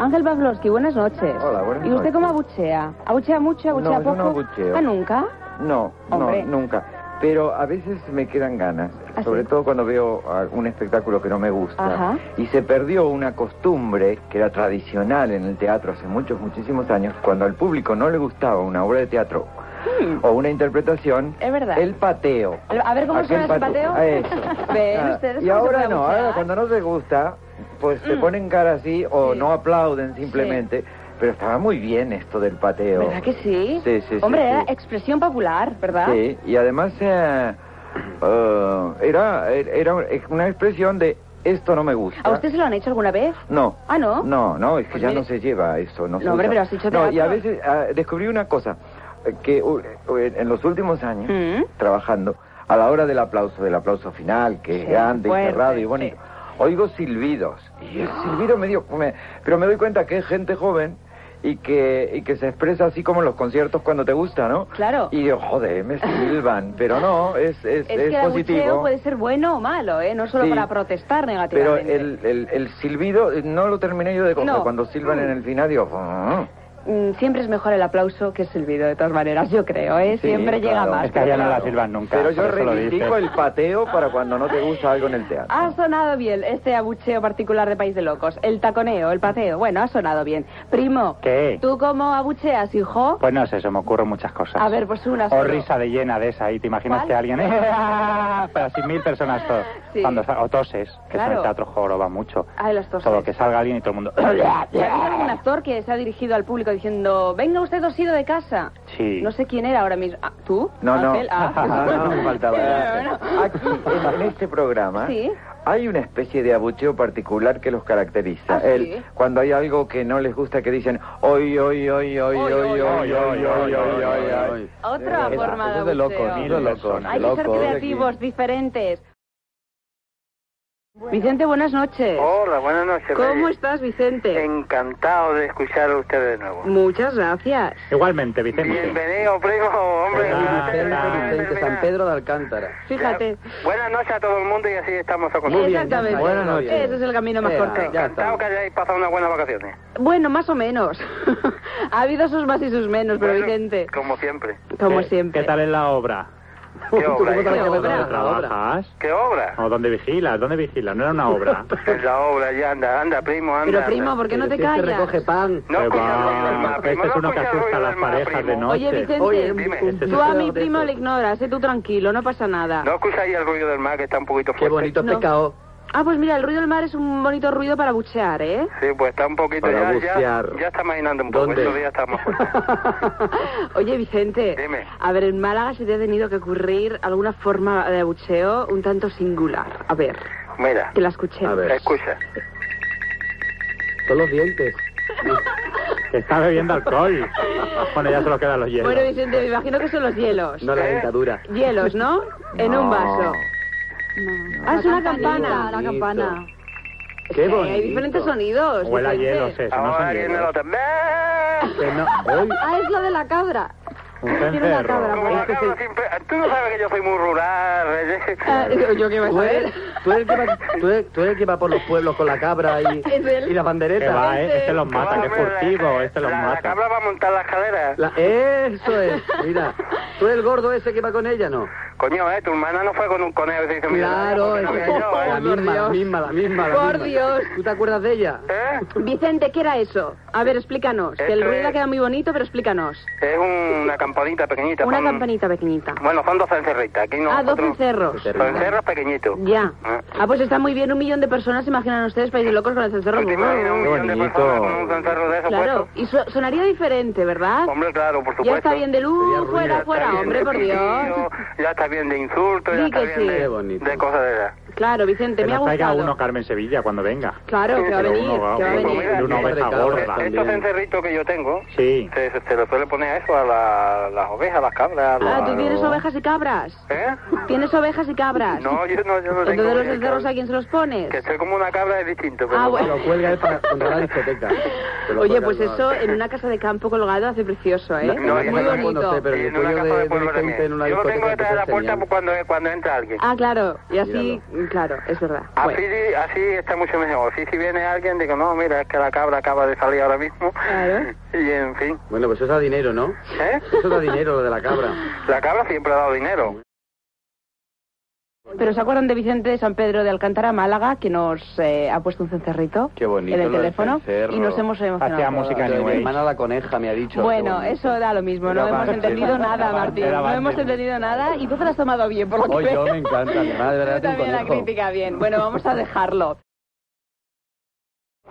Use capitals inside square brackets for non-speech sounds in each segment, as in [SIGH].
Ángel Pavlovsky, buenas noches. Hola, buenas ¿Y usted noches. cómo abuchea? ¿Abuchea mucho, abuchea No, yo poco? no abucheo. ¿Ah, nunca? No, Hombre. no, nunca. Pero a veces me quedan ganas, ¿Ah, sobre sí? todo cuando veo ah, un espectáculo que no me gusta. Ajá. Y se perdió una costumbre que era tradicional en el teatro hace muchos, muchísimos años, cuando al público no le gustaba una obra de teatro o una interpretación, Hmm. Es verdad. el pateo. A ver cómo suena Aquel ese pateo. a Eso. [LAUGHS] ¿Ven Ah, ustedes y cómo se puede ahora no, abuchear? ahora cuando no te gusta, pues se ponen cara así o Hmm. Sí. no aplauden simplemente. Pero estaba muy bien esto del pateo. ¿Verdad que sí? Sí, sí, sí, Hombre, sí. era expresión popular, ¿verdad? Sí, y además eh, eh, era, era una expresión de esto no me gusta. ¿A usted se lo han hecho alguna vez? No. Ah, ¿no? No, no, es que Pues ya mire. no se lleva eso. No, se No, hombre, usa. pero has dicho No, y teatro. a veces ah, descubrí una cosa, eh, que uh, eh, en los últimos años, Mm. trabajando, a la hora del aplauso, del aplauso final, que es Sí, Ah. grande fuerte, y cerrado y bonito, oigo silbidos. Y el silbido medio... me- pero me doy cuenta que es gente joven y que, y que se expresa así como en los conciertos cuando te gusta, ¿no? Claro. Y digo, joder, me silban. Pero no, es, es, Es, que el positivo. abucheo puede ser bueno o malo, ¿eh? No solo Sí. para protestar Pero negativamente. el, el, el silbido, eh, no lo terminé yo de coger. No. Cuando silban en el final, digo... "Mm". Mm, Siempre es mejor el aplauso que el silbido, de todas maneras, yo creo, ¿eh? Sí, Siempre llega claro. más. Es que allá no claro. la silban nunca. Pero yo por eso lo reivindico dices. el pateo para cuando no te gusta algo en el teatro. Ha sonado bien este abucheo particular de País de Locos. El taconeo, el pateo. Bueno, ha sonado bien. Primo, ¿Qué? ¿tú cómo abucheas, hijo? Pues no sé, se me ocurren muchas cosas. A ver, pues una O solo. risa de llena de esa, y te imaginas ¿Cuál? que alguien... [LAUGHS] Para sin mil personas todo. Sí. Cuando sa- o toses, que eso en Claro. el teatro joroba mucho. Ay, las toses. Todo, que salga alguien y todo el mundo... [LAUGHS] ¿Hay algún actor que se ha dirigido al público diciendo, venga usted dosido de casa? Sí. No sé quién era ahora mismo. Ah, ¿Tú? No, no. Ángel, [LAUGHS] ah. No, no, me faltaba. Bueno, bueno. Aquí, en, en este programa, Sí. hay una especie de abucheo particular que los caracteriza. Ah, sí. El- cuando hay algo que no les gusta, que dicen, hoy, hoy, hoy, hoy, Oy, hoy, oy, hoy, oy, hoy, oy, oy, hoy, oy, oy, hoy, Otra Esa- forma de eso es de locos, abucheo. mil personas. Hay que ser Locos. creativos, diferentes. Vicente, buenas noches. Hola, buenas noches. ¿Cómo Reyes. estás, Vicente? Encantado de escuchar a usted de nuevo. Muchas gracias. Igualmente, Vicente. Bienvenido, primo, hombre. Fernando Gracias, Vicente, gracias, Vicente gracias. San Pedro de Alcántara. Fíjate. Ya. Buenas noches a todo el mundo y así estamos a Muy bien, Exactamente. ya está, buenas noches. Ese es el camino más Eh, corto. ya Encantado está. que hayáis pasado unas buenas vacaciones. Bueno, más o menos. [LAUGHS] ha habido sus más y sus menos, pero Bueno, Vicente, Como siempre. como ¿Qué- siempre. ¿Qué tal es la obra? ¿Tú [LAUGHS] ¿Qué obra? cómo te la ¿Qué llevas obra? la ¿Dónde obra? trabajas? ¿Qué obra? Ah. ¿O dónde vigilas? ¿Dónde vigilas? No era una obra. Es la obra, ya anda, anda, primo, anda. Pero anda. primo, ¿por qué no te Si es que este recoge callas? pan. No Que escucha el ruido del va, mar, primo, Este es no uno que asusta escucha el a ruido las del mar, parejas de primo. noche. Oye, Vicente, Oye, dime. tú a mi Este- primo le ignoras, ¿eh? tú tranquilo, no pasa nada. No escucháis el ruido del mar que está un poquito fuerte. Qué bonito No. pescado. Ah, pues mira, el ruido del mar es un bonito ruido para buchear, ¿eh? [LAUGHS] Sí, pues está un poquito Para ya, ya, bucear. ya está imaginando un poco. ¿Dónde? Estos días estamos fuertes. [LAUGHS] Oye, Vicente. Dime. A ver, en Málaga se te ha tenido que ocurrir alguna forma de bucheo un tanto singular. A ver, Mira, que la escuché. A ver. escucha. Son los dientes. Que está bebiendo alcohol. Bueno, ya se lo quedan los hielos. Bueno, Vicente, me imagino que son los hielos. No la dentadura. Hielos, ¿no? En un vaso. Ah, es una campana. La campana. Es Qué que Hay bonito. diferentes sonidos. Huele a Vicente. hielos eso, no Ahora son viene hielos. el otro. ¡Bah! Que no, uy, Ah, es lo de la cabra. un Tiene una cencerro. cabra. Como la Este es cabra el- siempre... Tú no sabes que yo soy muy rural, Reyes. Ah, yo qué vas Tú a eres, ver. tú, eres el que va, tú, eres, tú eres el que va por los pueblos con la cabra y, [LAUGHS] Es él. y la Que va, bandereta. eh, este los mata, que Hombre, la- furtivo, este los la, La mata. cabra va a montar las caderas. La- eso es. Mira, tú eres el gordo ese que va con ella, ¿no? Coño, eh, tu hermana no fue con un conejo. y se hizo Claro, millonaria, es porque que- no veo yo, la ¿eh? Por misma, la Dios. misma, la misma. la Por misma. Dios. ¿Tú te acuerdas de ella? ¿Eh? Vicente, ¿qué era eso? A ver, explícanos. Que el Esto ruido es- ha quedado muy bonito, pero explícanos. Es un- una campanita pequeñita. Una son- campanita pequeñita. Bueno, son dos cencerritas. Aquí no. Ah, dos otro- cencerros. Cencerros pequeñitos. Ya. Ah. Ah, pues está muy bien. Un millón de personas se imaginan ustedes País de Locos con el cencerro. ¿Tú te imaginas un Qué millón de bonito. personas con un cencerro de esos Claro. puestos? Y su- sonaría diferente, ¿verdad? Hombre, claro, por supuesto. Ya está bien de Sería luz, ruido. Ya fuera, está fuera, bien hombre, de por pitido, Dios. Ya está bien de insultos, Di ya está que bien sí. Qué de, bonito. de cosas de edad. Claro, Vicente, Que me ha nos traiga gustado. uno Carmen Sevilla cuando venga. Claro, que va a Pero venir, uno va- que va a uno- venir. uno Mira, oveja recado, gorda. recado. Estos cencerritos que yo tengo, Sí. te, te lo suele poner a eso, a la- las ovejas, a las cabras. a Ah, la- ¿tú tienes ovejas y cabras? ¿Eh? ¿Tienes ovejas y cabras? No, yo no, yo no tengo. Entonces los ovejas. encerros, ¿a quién se los pones? Que soy como una cabra es distinto, pero Ah, no- bueno. Lo cuelga él para contra la [LAUGHS] discoteca. Te lo Oye, cuelga pues al lado. eso en una casa de campo colgado hace precioso, ¿eh? No, no, Muy no, no, no, bonito. sé, pero Y el en una cuello casa de- de de pueblo Vicente también. en una Yo lo tengo discoteca detrás de la está puerta genial. pues, cuando, cuando entra alguien. Ah, claro, y así, Míralo. Ah, claro, es verdad. Así, Bueno, así está mucho mejor. Si, si viene alguien, digo, no, mira, es que la cabra acaba de salir ahora mismo. Claro. [LAUGHS] Y en fin. Bueno, pues eso da dinero, ¿no? ¿Eh? [LAUGHS] Eso da dinero, lo de la cabra. La cabra siempre ha dado dinero. Pero ¿se acuerdan de Vicente de San Pedro de Alcántara, Málaga, que nos eh, ha puesto un cencerrito Qué bonito en el lo del teléfono? cencerro. Y nos hemos emocionado. Hacía todos. Lo música de mi anyway. hermana la coneja me ha dicho. Bueno, Qué bonito. eso da lo mismo, Era no hemos Banzer. entendido nada, Era Martín. Banzer. No hemos entendido nada y tú te lo has tomado bien, por lo que Oh, yo veo. me encanta, mi madre, de verdad, Yo tengo también la conejo. crítica bien. Bueno, vamos a dejarlo.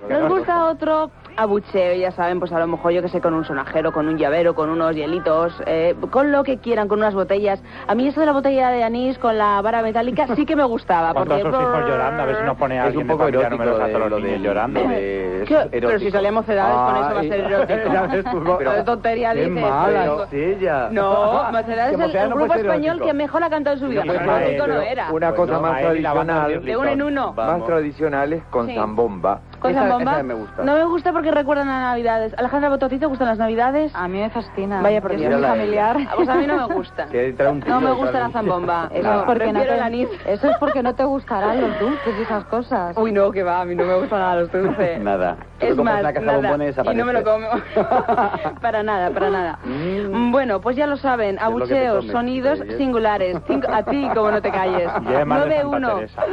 Nos gusta otro abucheo, ya saben, pues a lo mejor yo que sé, con un sonajero, con un llavero, con unos hielitos, eh, con lo que quieran, con unas botellas. A mí eso de la botella de anís con la vara metálica sí que me gustaba. Con todos porque... [LAUGHS] sus hijos llorando, a ver si nos pone a Es alguien un poco de familia erótico numerosa de- a todos lo los de- niños llorando. lo de- es ¿Qué? Pero si erótico. salíamos edades con eso va a ser Ay. [LAUGHS] erótico. Ya ves tú, Pero Pero- tontería qué dices. pues, mala pero- es ella. No, Mocedades es el, Que Mocedades el no puede grupo ser español erótico. que mejor ha cantado en su vida. Pues Pero no, erótico pero no era. Una Bueno, cosa más a él y la banda tradicional, de De uno en uno. más Vamos. tradicional es con Sí. zambomba. Con Esa- zambomba. esa me gusta. No me gusta porque recuerdan las navidades. Alejandra Bototito, gustan las navidades? Ah, A mí me fascina. Vaya por Yo Dios. soy Mírala a ella. familiar. Ah, Pues a mí no me [LAUGHS] gusta. Que trae un No pillo me y gusta tal. la zambomba. Eso Eso es es porque no prefiero te- el anís. Eso es porque no te gustarán los dulces y esas cosas. [LAUGHS] Uy, no, que va, a mí no me gustan nada los dulces. [LAUGHS] Nada. Tú te Es compras más, la caja de nada. bombones y no me lo como. desaparece. para nada, para nada. Bueno, pues ya lo saben, lo que te abucheos, comes, sonidos Reyes. singulares. Cinco- a ti, como no te calles. [LAUGHS] Yemas de 9 Santa 1 Teresa.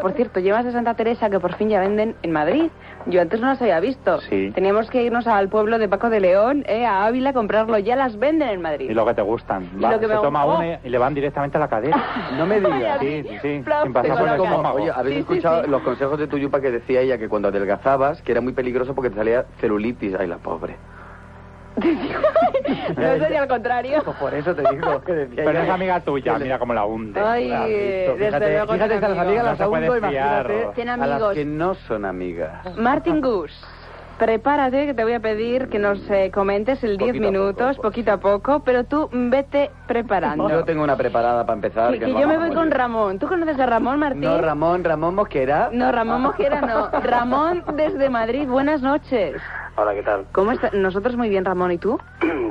Por cierto, llevas de Santa Teresa que por fin ya venden en Madrid. Yo antes no las había visto. Sí. Teníamos que irnos al pueblo de Paco de León, eh, a Ávila, a comprarlo. Ya las venden en Madrid. Y lo que te gustan. Y Va, lo que se me- toma ¡Oh! una y le van directamente a la cadera. No me digas. Sí, sí, sí. Plop, Sin pasar te por el colocan. estómago. Oye, habéis Sí, sí, escuchado sí. los consejos de tu yupa que decía ella que cuando adelgazabas, que era muy peligroso porque te salía celulitis. Ay, la pobre. No sería al contrario. Pues por eso te digo que decía Pero ella. es amiga tuya, mira cómo la hunde. Ay, eh, Claro, listo. desde fíjate, luego. fíjate, ten a las amigas amigos. No las se puede ahundo, fiar. imagínate Ten a las amigos. que no son amigas. Martin Goose. Prepárate, que te voy a pedir que nos eh, comentes el 10 Poquito a poco, minutos, pues. poquito a poco, pero tú vete preparando. Yo tengo una preparada para empezar. Que, que nos yo me vamos voy a con morir. Ramón. ¿Tú conoces a Ramón, Martín? No, Ramón, Ramón Mosquera. No, Ramón Mojera no. Ramón desde Madrid, buenas noches. Hola, ¿qué tal? [CLEARS THROAT] ¿Cómo estás? Nosotros muy bien, Ramón, ¿y tú?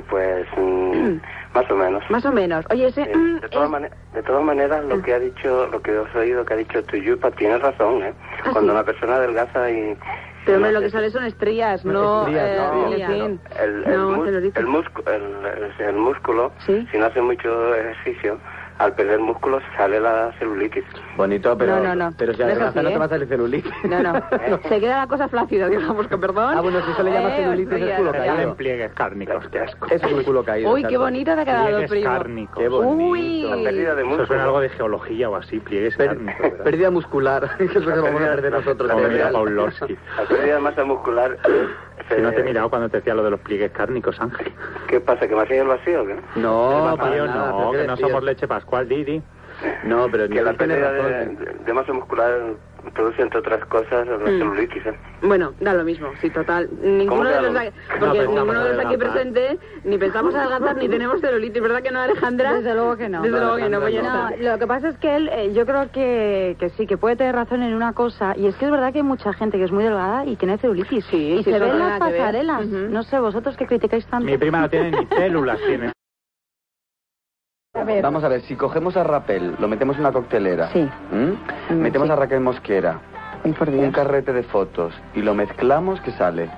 Pues [CLEARS THROAT] mm, más o menos. Más o menos. Oye, ese... Eh, mm, de, todas es- mane- de todas maneras, lo que ha dicho, lo que has oído que ha dicho tu Yupa, tienes razón, ¿eh? Ah, Cuando sí. una persona adelgaza y... Pero hombre, lo que es sale son estrellas, no... Estrías, eh, no, en fin. el, el, No, mus- te lo dice. el muscu- el- el- el músculo, Sí. si no hace mucho ejercicio, al perder músculo sale la celulitis. Bonito, pero. No, no, no. Pero si No es adelgazas así, no ¿eh? te va a salir [LAUGHS] celulitis. No, no. Se queda la cosa flácida, digamos, con perdón. ¿eh? Ah, bueno, si se le llama Eh, celulitis, es estrellas, culo Se ya. caído. salen pliegues cárnicos. Qué asco. Es un culo caído. Uy, qué exacto. bonito te ha quedado, Pliegues primo. cárnicos. Qué bonito. Uy. La pérdida de Eso suena músculo. algo de geología o así, pliegues Per- cárnicos. ¿verdad? pérdida [LAUGHS] muscular, que es lo que vamos a perder nosotros. Como de diría real. Pavlovsky. La pérdida de masa muscular. [LAUGHS] Que no te he eh, mirado cuando te decía lo de los pliegues cárnicos, Ángel. ¿Qué pasa? ¿Que me ha salido el vacío? o qué? No, para Tío, nada, no, pero que qué no decir. somos leche pascual, Didi. No, pero Que la Miguel tiene pérdida de, razón. de- de masa muscular produce, entre otras cosas, la Mm. celulitis. ¿eh? Bueno, da lo mismo, sí, total. Ninguno ¿Cómo que de da los, lo aquí- mismo? porque No, pero ninguno vamos a de los aquí adelgazar. presentes ni [LAUGHS] pensamos adelgazar ni tenemos celulitis, ¿verdad que no, Alejandra? Desde luego que no. Desde No, luego que no, pues voy a No, estar. lo que pasa es que él, eh, yo creo que, que sí, que puede tener razón en una cosa, y es que es verdad que hay mucha gente que es muy delgada y tiene celulitis. Sí, y sí, se eso ven no las nada que ver. pasarelas. Ujú. No sé, vosotros que criticáis tanto. Mi prima no tiene ni células, tiene. Vamos a ver, si cogemos a Rapel, lo metemos en una coctelera. Sí. ¿m? Mm, Metemos sí. a Raquel Mosquera, Ay, por un Dios. carrete de fotos y lo mezclamos, que sale?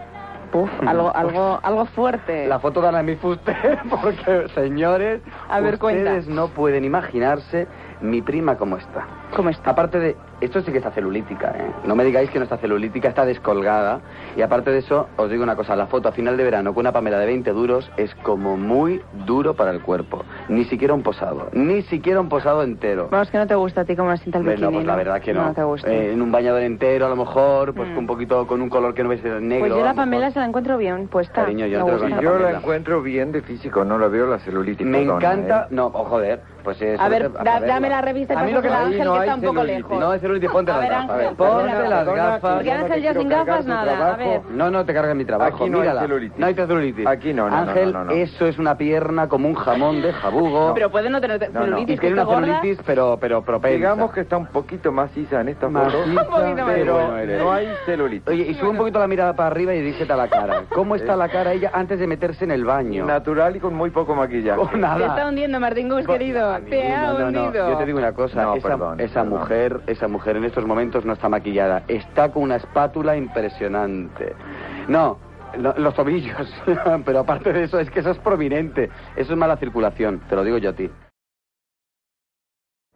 Puf, algo, algo, algo fuerte. La foto de Ana Mif Fuster, [LAUGHS] porque, señores, A ver, ustedes cuenta. no pueden imaginarse mi prima cómo está. ¿Cómo está? Aparte de... Esto sí que está celulítica, ¿eh? No me digáis que no está celulítica, está descolgada. Y aparte de eso, os digo una cosa, la foto a final de verano con una pamela de 20 duros es como muy duro para el cuerpo. Ni siquiera un posado, ni siquiera un posado entero. Vamos, que no te gusta a ti cómo la sienta el Hombre, bikini. no, pues la verdad que no. No te gusta. Mm. Eh, en un bañador entero, a lo mejor, pues con un poquito con un color que no ves negro. pues yo a la lo mejor. Pamela se la encuentro bien puesta. Cariño, yo Me te lo gusta. Esa Yo Pamela. la encuentro bien de físico, no la veo la celulitis. Me perdona, encanta, ¿eh? no, oh, joder, Pues es. A ver, da- dame la revista A que mí lo hace que el me- Ángel, ahí no que hay está un poco celulitis. lejos. No, es celulitis, ponte A las ver, Ángel, gafas. perdona, Ponte las perdona, gafas. Porque Ángel ya quiero sin gafas cargar tu nada. A trabajo. ver. No, no te cargas mi trabajo. Aquí no hay mírala. celulitis. No hay celulitis. Aquí no, no, no, Ángel, no, no, no. eso es una pierna como un jamón de jabugo. Pero puede no tener No, no. celulitis, Y tiene que una está gorda. celulitis, pero, pero propensa. Digamos que está un poquito más isa en esta Más foto, sisa, Un poquito más. pero bueno eres. no hay celulitis. Oye, y sube un poquito la mirada para arriba y dígete a la cara. ¿Cómo está la cara ella antes de meterse en el baño? Natural y con muy poco [LAUGHS] maquillaje. Con Te nada. está hundiendo, Martín Gus, querido. Te ha No, no, no. hundido. Yo te digo una cosa, No, esa, perdón, esa perdón. mujer, esa mujer en estos momentos no está maquillada, está con una espátula impresionante. No, lo- los tobillos, [LAUGHS] pero aparte de eso es que eso es prominente, eso es mala circulación, te lo digo yo a ti.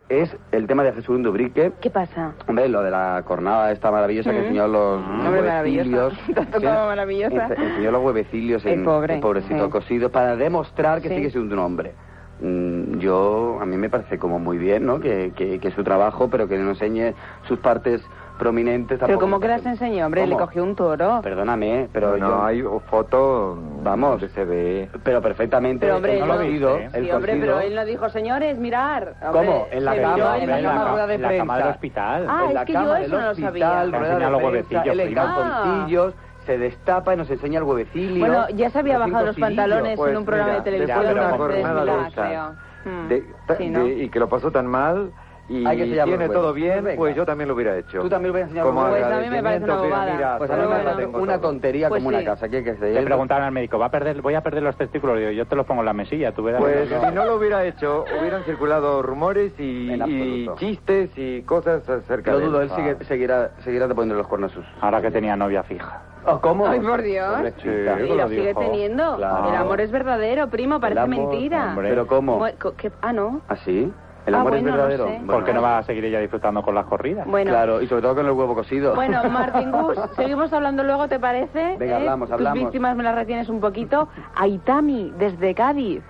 Es el tema de Jesús Undubrique, ¿Qué pasa? hombre, lo de la cornada esta maravillosa que Mm. enseñó los Hombre, huevecillos. maravillosa. [LAUGHS] Tanto como maravillosa. ense- Enseñó los huevecillos El en pobre, el pobrecito sí. cosido para demostrar que Sí. sigue siendo un hombre. Mm, Yo, a mí me parece como muy bien, ¿no? Que, que, que su trabajo, pero que no enseñe sus partes prominentes. Pero tampoco ¿cómo me que las parece- enseñó, hombre? Le ¿Cómo? cogió un toro. Perdóname, ¿eh? pero Pero no yo- hay foto, Vamos. que se ve. Pero perfectamente. Pero, hombre, el no lo cosido, viste, ¿eh? el Sí, hombre, cosido- pero él no dijo, señores, mirar. ¿Cómo? En la se versión, va en la la cama. rueda de en la cama prensa. del hospital. Ah, en es la que cama yo del eso no lo sabía. hospital, Te rueda de enseña los prensa, huevecillos, él en prima. calzoncillos, se destapa y nos enseña el huevecillo. Bueno, ya se había los bajado los cinco pantalones cirillos. pues, en un programa mira, de televisión. después de no una sé, jornada mira, de esas, creo. Mm. De- ta- Sí, ¿no? de- y que lo pasó tan mal y Hmm. Hay que sellarlo, tiene bueno. todo bien, Venga. pues yo también lo hubiera hecho. Tú también lo hubieras enseñado Como como Pues a mí me parece una agradecimiento, pero bobada. mira, Pero Pues a mí me todavía bueno. parece tengo una todo. tontería Pues como sí. una casa. ¿Qué, qué se Le preguntaron al médico, ¿va a perder, voy a perder los testículos? Digo, yo te los pongo en la mesilla, tú verás. Pues si no lo hubiera hecho, hubieran circulado rumores y, En y absoluto. chistes y cosas acerca Lo de dudo, él Ah. sigue- seguirá, seguirá poniendo los cuernos sus. Ahora que tenía novia fija. ¿Cómo? Ay, por Dios. Sí, Y lo lo sigue dijo. teniendo. Claro. El amor es verdadero, primo, parece amor, mentira. hombre. ¿Pero cómo? Bueno, co- que- Ah, no. ¿Así? ¿El Ah, amor bueno, es no verdadero? sé. ¿Por qué no va a seguir ella disfrutando con las corridas? Bueno. Claro, y sobre todo con el huevo cocido. Bueno, Martín [LAUGHS] Gus, seguimos hablando luego, ¿te parece? Eh, Venga, hablamos, hablamos. Tus víctimas me las retienes un poquito. Aitami, desde Cádiz.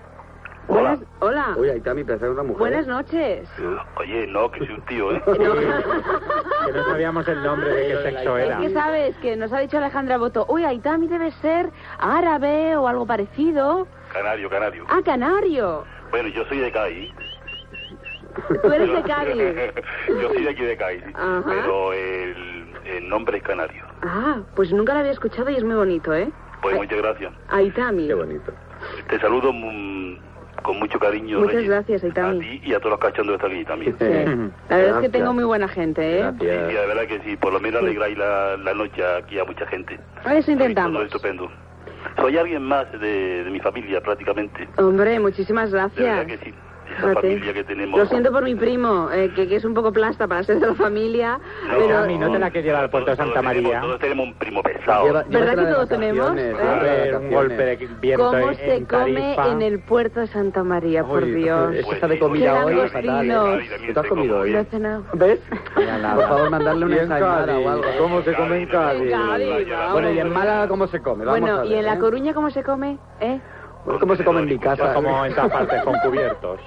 Hola. Buenas- hola. Uy, ahí está mi placer una mujer. Ah. ¿eh? Buenas noches. Oye, no, que soy un tío, ¿eh? Que no sabíamos el nombre de qué sexo Es era. que sabes que nos ha dicho Alejandra Boto, uy, Aitami debe ser árabe o algo parecido. Canario, canario. Ah, canario. Bueno, yo soy de Cádiz. Tú eres de [LAUGHS] Cádiz. [LAUGHS] yo soy de aquí de Cádiz. Ajá. Pero el, el nombre es canario. Ah, pues nunca la había escuchado y es muy bonito, ¿eh? Pues muchas gracias. Aitami. Qué bonito. Te saludo mm, con mucho cariño. Muchas Reyes. gracias, Aitami. A ti y a todos los cachondos de esta guía también. Sí. La verdad es que Gracias. tengo muy buena gente, ¿eh? Sí, sí, la verdad que sí, por lo menos alegráis la, la noche aquí a mucha gente. Eso Todo intentamos. estupendo. Soy alguien más de, de mi familia, prácticamente. Hombre, muchísimas De verdad gracias. que sí. Esa Fíjate. familia que tenemos. Lo siento por mi primo, eh, que, que es un poco plasta para ser de la familia, pero... Cami, no te la quieres llevar al puerto de Todos- Santa todos tenemos- María. Todos tenemos un primo pesado. ¿Verdad que todos tenemos? A ver, un golpe de viento ¿Cómo en, se en come Tarifa. en el puerto de Santa María, por Dios? Eso Pues está de sí, comida qué hoy es fatal. langostinos. ¿Qué te has comido No he hoy? cenado. ¿Ves? Por nada. favor, mandarle una Y en ensaimada o Cádiz, algo. ¿cómo se come en Cádiz, Cádiz? En Cádiz, vamos. Bueno, y en Málaga, ¿cómo se come? Vamos a Bueno, ver, ¿y en La ¿eh? Coruña cómo se come? [LAUGHS] ¿Eh? ¿Cómo se come en mi casa? Pues como en todas partes, con cubiertos.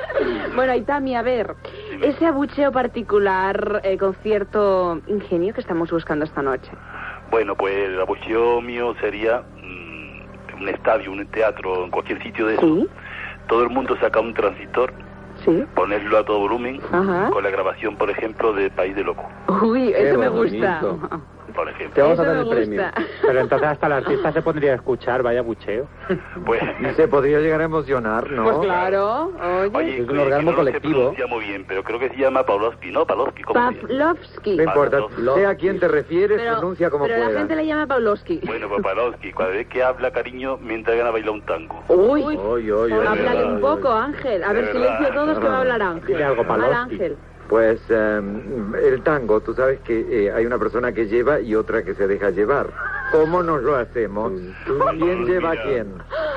Bueno, Aitami, a ver, ese abucheo particular eh, con cierto ingenio que estamos buscando esta noche. Bueno, pues el abucheo mío sería mm, un estadio, un teatro, en cualquier sitio de eso. ¿Sí? Todo el mundo saca un transistor, ¿Sí? ponerlo a todo volumen, Ajá. con la grabación, por ejemplo, de País de Loco, Uy, eso me gusta. bonito. por Te ejemplo. vamos a Eso dar me el premio. gusta. Pero entonces hasta el artista se pondría a escuchar, vaya bucheo. [LAUGHS] Pues, Y se podría llegar a emocionar, ¿no? Pues claro, oye. oye, es un que- que orgasmo no lo sé colectivo. pronunciar muy bien, pero creo que se llama Pavlovsky, ¿no? Pavlovsky, ¿cómo se llama? Pavlovsky. No importa, Lo- sea a quién te refieres, Pero, pronuncia como pero la puedas. gente le llama Pavlovsky. Bueno, pues Pavlovsky, cada vez que habla, cariño, me entregan a bailar un tango. Uy, Oy, oy, oy, háblale verdad, un de poco, Ángel. A de ver, silencio verdad. todos que va a hablar Ángel. Dile algo, Al Pavlovsky. Ángel. Pues em, el tango, tú sabes que eh, hay una persona que lleva y otra que se deja llevar. ¿Cómo nos lo hacemos? ¿Quién lleva a Mira, quién?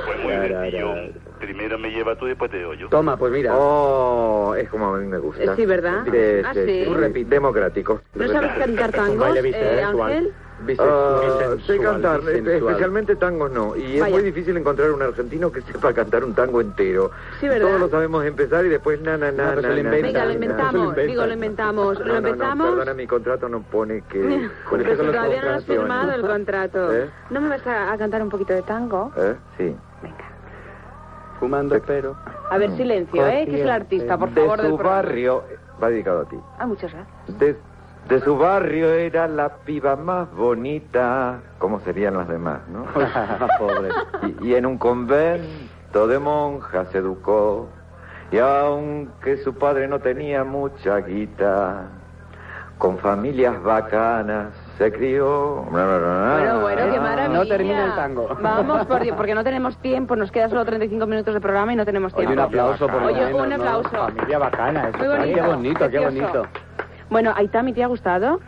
Pues muy Ra, ra, sencillo. ra. Primero me lleva tú, después te doy yo. Toma, pues mira. Oh, es como a mí me gusta. Eh, Sí, ¿verdad? Sí, Ah, sí, sí. sí. Democrático. ¿No sabes cantar tangos, baile eh, bisexual. Ángel? Ah, sé cantar, eh, bisexual. especialmente tangos no. Y es Vaya. muy difícil encontrar un argentino que sepa cantar un tango entero. Sí, ¿verdad? Todos lo sabemos empezar y después na, na, na, No, pero na, se lo na, inventan. Venga, lo na, na. inventamos. Digo, lo inventamos. ¿eh? No, ¿Lo no, no, empezamos? perdona, mi contrato no pone [LAUGHS] que... con Pues eso no todavía no has contrato, firmado el contrato. ¿Eh? ¿No me vas a, a cantar un poquito de tango? ¿Eh? Sí. fumando, pero... A ver, silencio, ¿eh? Que es el artista, por favor, de del su programa. barrio, va dedicado a ti. Ah, muchas gracias. De, de su barrio era la piba más bonita. ¿Cómo serían las demás, [LAUGHS] no? Pobre. Y, y en un convento de monjas se educó. Y aunque su padre no tenía mucha guita, con familias bacanas se crió. Bueno, bueno, Ah. qué maravilla. no termina el tango. Vamos, por Dios, porque no tenemos tiempo, nos queda solo 35 minutos de programa y no tenemos Oye, tiempo. un aplauso por lo Oye, menos, un ¿no? aplauso. Familia bacana, eso. Muy Ay, qué bonito, qué precioso. bonito. Bueno, Aitami, ¿te ha gustado?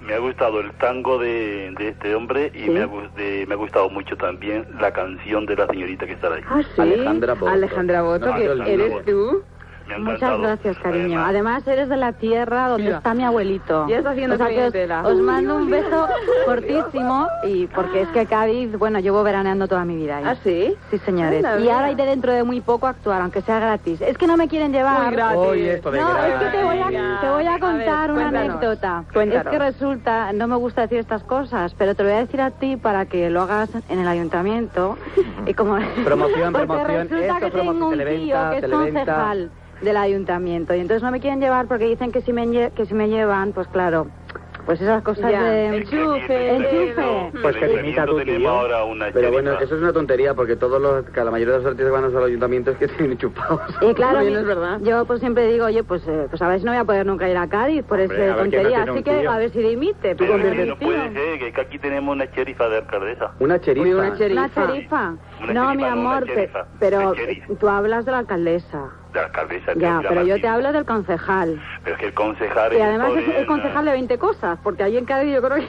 Me ha gustado el tango de, de este hombre y Sí. me, ha, gu- de- me ha gustado mucho también la canción de la señorita que estará ahí. Ah, sí. Alejandra Boto. Alejandra Boto, No, que Alejandra eres Boto. tú. Me ha Ah, Muchas encantado. gracias, cariño. Además, Además, eres de la tierra donde Mira. está mi abuelito. Ya está haciendo o sea, que os, clientela. os mando un beso fortísimo y porque es que Cádiz, bueno, llevo veraneando toda mi vida ¿eh? ahí. ¿Ah, sí? Sí, señores. Anda, Y mira. ahora iré dentro de muy poco a actuar, aunque sea gratis. Es que no me quieren llevar. Muy Oh, gratis. Hoy esto de No, es gratis. que te voy a, te voy A a ver, contar una cuéntanos. anécdota. Cuéntanos. Es que resulta, no me gusta decir estas cosas, pero te lo voy a decir a ti para que lo hagas en el [LAUGHS] ayuntamiento. Y como... [LAUGHS] Promoción, Porque promoción, resulta esto, que promoción, tengo un televenta, tío que es televenta. concejal del ayuntamiento y entonces no me quieren llevar porque dicen que si me, lle- que si me llevan, pues claro, pues esas cosas Ya. de... Enchufe, enchufe. Pues que te imita tu tenemos tío. ahora una Pero bueno, charita. eso es una tontería porque todos los, que la mayoría de los artistas que van a los ayuntamientos que [LAUGHS] tienen chupados. Y Eh, claro, También mi- es verdad. yo pues siempre digo, oye, pues, eh, pues a ver si no voy a poder nunca ir a Cádiz por Hombre, esa a ver quién no tontería, tiene así un que tío. a ver si dimite. Pero pues, que convierte no el puede tío. ser, que- que aquí tenemos una cherifa de alcaldesa. Una cherifa. Una Una cherifa. Una no, cherifa, mi no, una amor, pe- cherifa. pero Una cherifa. tú hablas de la alcaldesa. De alcaldesa. que Ya, se pero llama yo así. te hablo del concejal. Pero es que el concejal... Y además es, es pobre, concejal de 20 cosas, porque ahí en Cádiz yo creo que Sí,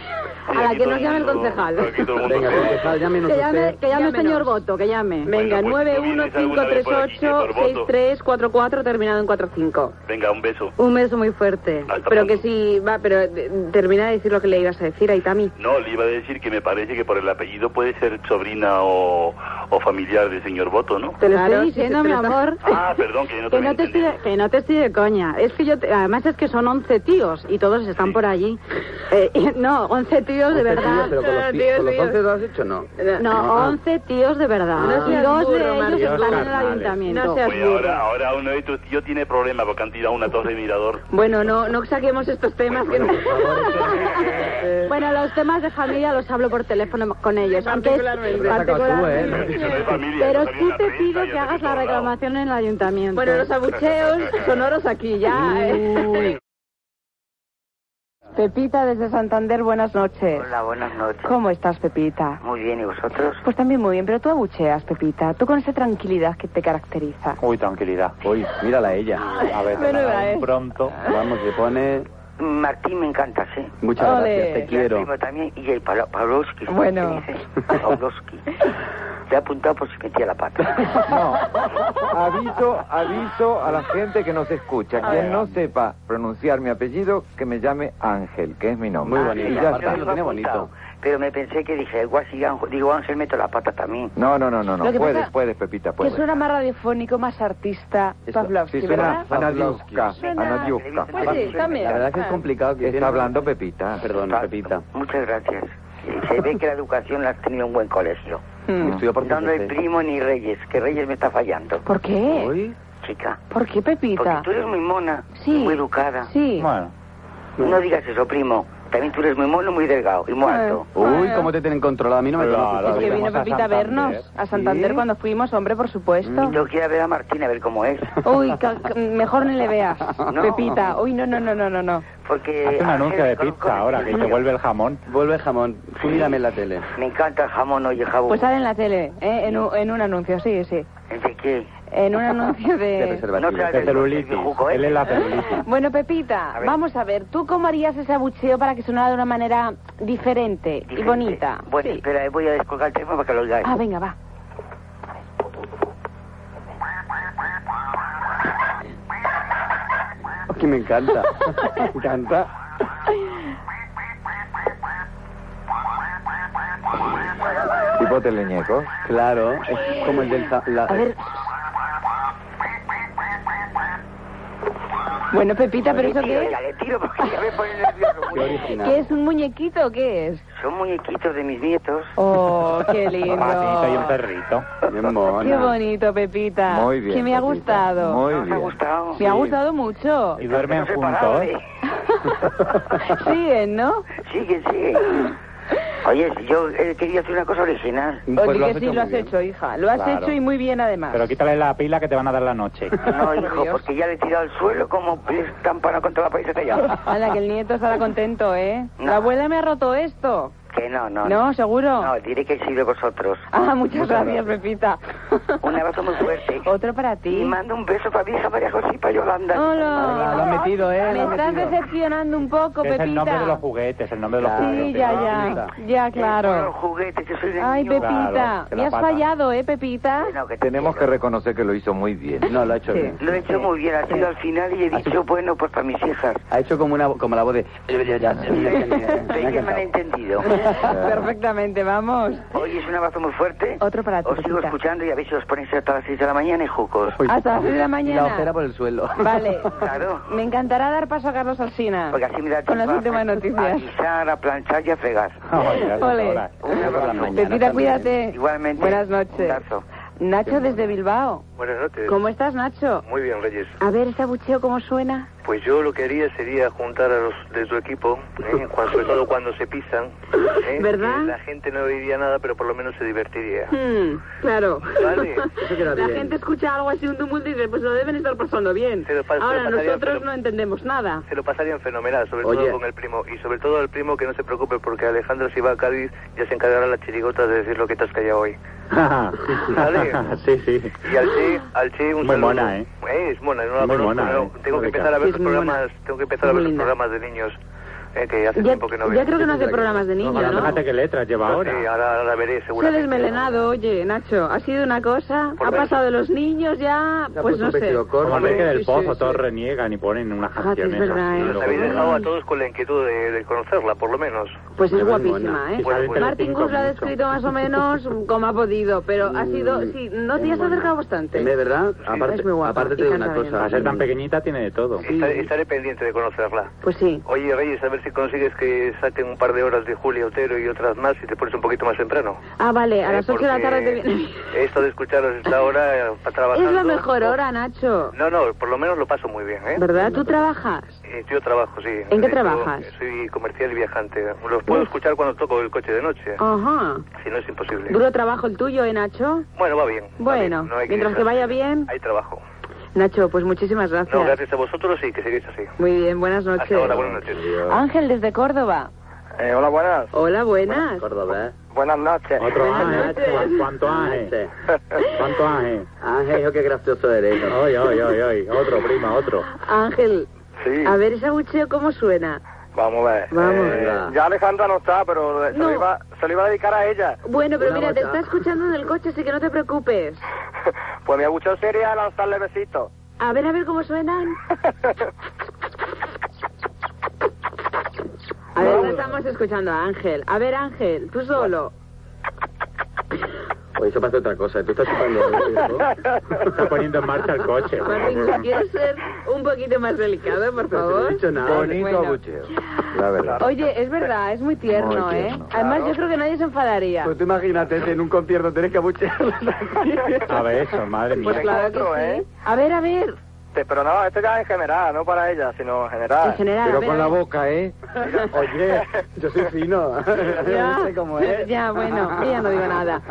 a la aquí que todo nos llame el mundo- concejal. pues. aquí todo el mundo Venga, se- concejal, llámenos Que llame, usted. que llame el señor Llámenos. Boto, que llame. Venga, Bueno, pues, ¿tú vienes alguna vez por aquí, señor Boto? 915386344 terminado en 45. Pues Venga, un beso. Un beso muy fuerte. Hasta Pero pronto. que sí, va, pero eh, termina de decir lo que le ibas a decir a Aitami. No, le iba a decir que me parece que por el apellido puede ser sobrina o, o familiar del señor Boto, ¿no? Te lo Claro, estoy sí, diciendo, sí, te mi lo está- amor. [LAUGHS] Ah, perdón, que no te Que no, había te estoy de, entendido. que no te estoy de coña. Es que yo, te- además es que son 11 tíos y todos están Sí. [LAUGHS] por allí. Eh, y- no, 11 tíos de verdad. Este Pero con los, Ah, ti- Dios con los mío. once lo has hecho, no. No, 11 tíos de verdad. Ah. No y seas dos de burro, ellos Mario. están en el Carnales. ayuntamiento. No seas- Oye, ahora, ahora uno de tus tíos tiene problemas porque han tirado una torre de mirador. Bueno, no, no saquemos estos temas que no... [LAUGHS] Bueno, los temas de familia los hablo por teléfono con ellos. aunque es- Particularmente. ¿eh? ¿eh? Particularmente. Pero si eso no es familia, [LAUGHS] Pero eso salió sí en la te prensa, pido ya que está en hagas la todos lados. reclamación en el ayuntamiento. Bueno, los abucheos sonoros aquí ya. ¿eh? Pepita desde Santander, buenas noches. Hola, buenas noches. ¿Cómo estás, Pepita? Muy bien, ¿y vosotros? Pues también muy bien, pero tú abucheas, Pepita, tú con esa tranquilidad que te caracteriza. Uy, tranquilidad. Uy, mírala a ella. A ver, Menuda eh. nada, es. un pronto. Vamos, se pone... Martín me encanta, sí. Muchas Ole. gracias, te Y el quiero. primo también, y el Pablo- Pavlovsky. Bueno. ¿qué dice? [LAUGHS] Pavlovsky. Le he apuntado por si metía la pata. No, aviso, aviso a la gente que nos escucha. Quien no sepa pronunciar mi apellido, que me llame Ángel, que es mi nombre. Muy bonito, Y ya aparte. está. lo tiene bonito. Pero me pensé que dije, igual si Ángel- digo Ángel meto la pata también. No, no, no, no, no. Lo que Puedes, pasa puedes, Pepita, Que puedes. suena más radiofónico, más artista, Eso, Pavlovsky, Sí, ¿verdad? suena ¿verdad? Anadiuska. Suena- Anadiuska. Pues sí, también. La verdad es que es Ah. complicado que Está tiene- hablando Pepita. Ah, Perdón, Exacto. Pepita. Muchas gracias. Y Se ve que la educación la has tenido en un [LAUGHS] buen colegio. Mm. Estudió por No, no hay francés. primo ni Reyes, que Reyes me está fallando, ¿Por qué? Uy, chica. ¿Por qué, Porque Pepita? tú eres muy mona, Sí. muy educada. Sí. Bueno, No digas eso, primo. También tú eres muy mono, muy delgado y muy alto. uy, cómo te tienen controlado. A mí no me Claro, conoces. Es que Fuimos vino a Pepita a Santander. vernos a Santander ¿Sí? cuando fuimos, hombre, por supuesto. Yo quiero ver a Martín a ver cómo es. Uy, ca- ca- mejor ni le veas, No. Pepita. Uy, no, no, no, no, no, no. Eh, Porque hace un anuncio de Ángel, conozco pizza a ahora, este que te niño. vuelve el jamón. Vuelve el jamón. Tú mírame en la tele. Me encanta el jamón hoy, el jabón. Pues sale en la tele, ¿eh? en, un, en un anuncio, sí, sí. ¿El de qué? En un anuncio De de... reservativo. No sabe. De celulitis. Jugo, ¿eh? Él es la celulitis. Bueno, Pepita, A ver. vamos a ver, ¿tú cómo harías ese abucheo para que sonara de una manera diferente, y Diferente. bonita? Bueno, Sí. espera, voy a descolgar el teléfono para que lo oigáis. Ah, venga, va. Que [LAUGHS] me encanta. Me encanta. Tipo teleñeco. Claro. Es como el del... za- la- A ver... Bueno, Pepita, ¿pero eso Tío, qué es? ya le tiro porque ya me ponen nervioso. Qué original. ¿Qué es un muñequito? ¿Qué es? Son muñequitos de mis nietos. Oh, [LAUGHS] qué lindo. [LAUGHS] Patito y un perrito. Bien Qué mona. bonito, Pepita. Muy bien. Ah, Que me ha Pepita. gustado. Muy ¿Os ha bien. gustado? Me ha gustado [LAUGHS] mucho. Y duermen Están separados, juntos. ¿eh? Siguen, ¿no? Sigue, sigue. Oye, si yo eh, quería hacer una cosa original. Oye, Pues lo que sí, has hecho lo muy has bien. hecho, hija. Lo has Claro. hecho y muy bien, además. [LAUGHS] Pero quítale la pila que te van a dar [LAUGHS] la noche. No, Por hijo, Dios. porque ya le he tirado al suelo como estamparado contra la paiseta ya. Hala, que el nieto estará contento, ¿eh? No. La abuela me ha roto esto. Que no, no. ¿No? ¿Seguro? No, diré que sí de vosotros. Ah, muchas, gracias, Pepita. [LAUGHS] Un abrazo muy fuerte. Otro para ti. Y mando un beso para mi hija María José y para Yolanda. Hola. Venga, lo has metido, ¿eh? Me Lo has estás metido. decepcionando un poco, Que es Pepita. el nombre de los juguetes, el nombre de los Claro. juguetes. Sí, ya, Claro, ya. Pepita. Ya, Eh, por claro. los juguetes, yo soy de Ay, niño. Pepita, Claro, que la me has pata. fallado, ¿eh, Pepita? Que no, que te Tenemos que quiero. reconocer que lo hizo muy bien. No, lo ha hecho Sí. bien. Lo he hecho muy bien, ha sido al final y he dicho, bueno, pues para mis hijas. Ha hecho como una como la voz de... Sé que me han entendido. Perfectamente, vamos. Oye, es un abrazo muy fuerte. Otro para ti, Os sigo Pepita. escuchando y a ver si os ponéis hasta las 6 de la mañana en Jucos. Hasta las seis de la La mañana. ojera pues. por el suelo. Vale. Claro. Me encantará dar paso a Carlos Alsina. Porque así me da Con las tiempo a- últimas A noticias. guisar, a planchar y a fregar. [LAUGHS] Ay, ya son Ole. horas. Un abrazo. mañana Pepita, también. [LAUGHS] cuídate. Igualmente. Buenas Un noches. abrazo. Nacho desde Bilbao. Buenas noches. ¿Cómo estás, Nacho? Muy bien, Reyes. A ver, ese abucheo, ¿cómo suena? Pues yo lo que haría sería juntar a los de su equipo, ¿eh? Cuando- sobre todo cuando se pisan. ¿eh? ¿Verdad? Que La gente no diría nada, pero por lo menos se divertiría. Hmm, claro. Vale. [LAUGHS] La gente escucha algo así, un tumulto y dice, pues lo deben estar pasando bien. Se lo pas- Ahora lo pasaría, nosotros pero- no entendemos nada. Se lo pasarían fenomenal, sobre Oye. todo con el primo. Y sobre todo al primo que no se preocupe, porque Alejandro si va a Cádiz ya se encargará la chirigota de decir lo que te has callado hoy. Vale. sí, sí. Y al [GASPS] Che, al Che un Muy saludo. mona, ¿eh? Es mona, no la Muy conozco, mona, no. ¿eh? Tengo que Muy empezar a ver Sí, los es muy mona. programas, tengo que empezar a Muy ver los linda. programas de niños, eh, que hace Ya, tiempo que no veo. ya creo que no hace programas de niños, Ahora ¿no? Pues Fíjate qué letra lleva No ahora. sé, ahora la veré Se ha seguramente. desmelenado, oye, Nacho. Ha sido una cosa. Por ha menos. pasado de los niños ya, Se pues ha puesto no un sé. vestido corto. Como Enrique Sí, del sí, Pozo, sí. todos reniegan y ponen unas Ah, sí, es canciones. verdad, así, ¿eh? Los locos. habéis dejado a todos con la inquietud de, de conocerla, por lo menos. Pues es Muy guapísima, mona. ¿eh? Y Pues sale en Martín Telecinco Gus lo ha mucho. descrito más o [LAUGHS] menos como ha podido, pero ha sido... Mm. Sí, no te has acercado bastante. De verdad, Es aparte, muy guapa aparte y te digo una canta bien. cosa. Para ser tan pequeñita tiene de todo. Estaré, estaré pendiente de conocerla. Pues sí. Oye, Reyes, a ver si consigues que saquen un par de horas de Julia Otero y otras más y te pones un poquito más temprano. Ah, vale, a Eh, las 8 de la porque tarde te [LAUGHS] viene. Esto de escucharos esta hora eh, para [LAUGHS] trabajar. Es la mejor hora, Nacho. No, no, por lo menos lo paso muy bien, ¿eh? ¿Verdad? ¿Tú trabajas? Eh, Yo trabajo, sí. ¿En qué De hecho, trabajas? Soy comercial y viajante. Los puedo escuchar cuando toco el coche de noche, Ajá. si no es imposible. Duro trabajo el tuyo, ¿eh, Nacho? Bueno, va bien. va Bueno, bien, no hay mientras que quejas. vaya bien. Hay trabajo. Nacho, pues muchísimas gracias. No, gracias a vosotros y que sigáis así. Muy bien, buenas noches. Hasta ahora, buenas noches. Ángel desde Córdoba. Eh, hola, buenas. Hola, buenas. Córdoba, ¿eh? Buenas noches. Oh. Otro Buenas ángel. noches. ¿Cu- ¿Cuánto ángel? Ángel. ¿Cuánto ángel? Este, Ángel, hijo, qué gracioso eres. hijo. Oy, oy, oy, oy. Otro, prima, otro. Ángel, [LAUGHS] Sí. a ver ese abucheo cómo suena. Vamos a ver. eh, Vamos. Venga. ya Alejandra no está, pero se, No. lo iba, se lo iba a dedicar a ella. [LAUGHS] Bueno, pero Una mira, te bata. está escuchando en el coche, así que no te preocupes. Pues mi abuchón sería lanzarle besitos. A ver, a ver cómo suenan. A ver, no estamos escuchando a Ángel. A ver, Ángel, tú solo. Oye, eso parece otra cosa. Tú estás chupando. Está poniendo en marcha el coche. Martín, ¿quieres ser un poquito más delicado, por No favor? he dicho nada. Bonito Bueno. abucheo, la verdad. Oye, es verdad, es muy tierno, Muy ¿eh? tierno. Además, yo creo que nadie se enfadaría. Pues tú imagínate, si en un concierto tenés que abuchearlo A ver eso, madre Pues mía. claro que encuentro, sí. ¿eh? A ver, a ver. Te- Pero no, esto ya en general, no para ella, sino en general. En general, a Pero ver, con a la ver. boca, ¿eh? Oye, yo soy fino. Ya, No este sé cómo [LAUGHS] es. ya, bueno, yo ya no digo nada.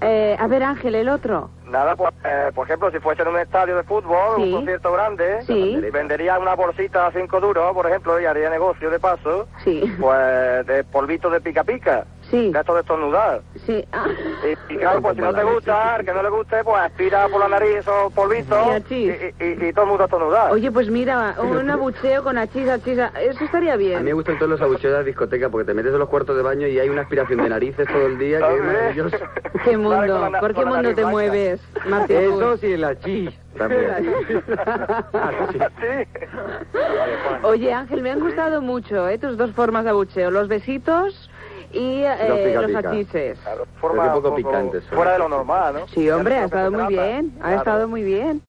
Eh, a ver, Ángel, el otro. Nada, pues, eh, por ejemplo, si fuese en un estadio de fútbol, Sí. un concierto grande, Sí. vendería una bolsita a cinco duros, por ejemplo, y haría negocio de paso, Sí, pues de polvito de pica pica, sí, de esto de estornudar. sí. Ah, Y, y claro, pues si no te gusta, al que no le guste, pues aspira por la nariz esos Y polvitos y, achis. y- y todo el mundo a estornudar. Oye, pues [LAUGHS] mira, un abucheo con achis, achis, a- eso estaría A mí me bien. gustan todos los abucheos de la discoteca porque te metes en los cuartos de baño y hay una aspiración de narices todo el día que es Hombre. maravilloso. [LAUGHS] ¿Qué Claro, mundo? con la- ¿Por qué con la mundo te [LAUGHS] nariz [LAUGHS] mueves, Martín? Eso Gus? sí, la chis. También. [LAUGHS] Ah, Sí. Oye, Ángel, me han gustado mucho eh, tus dos formas de abucheo, los besitos y eh, pica, los pica. achises. Claro, Pero qué poco picantes son. Fuera de lo normal, ¿no? Sí, hombre, Ya ha de lo que estado se muy trata. bien, ha Claro. estado muy bien.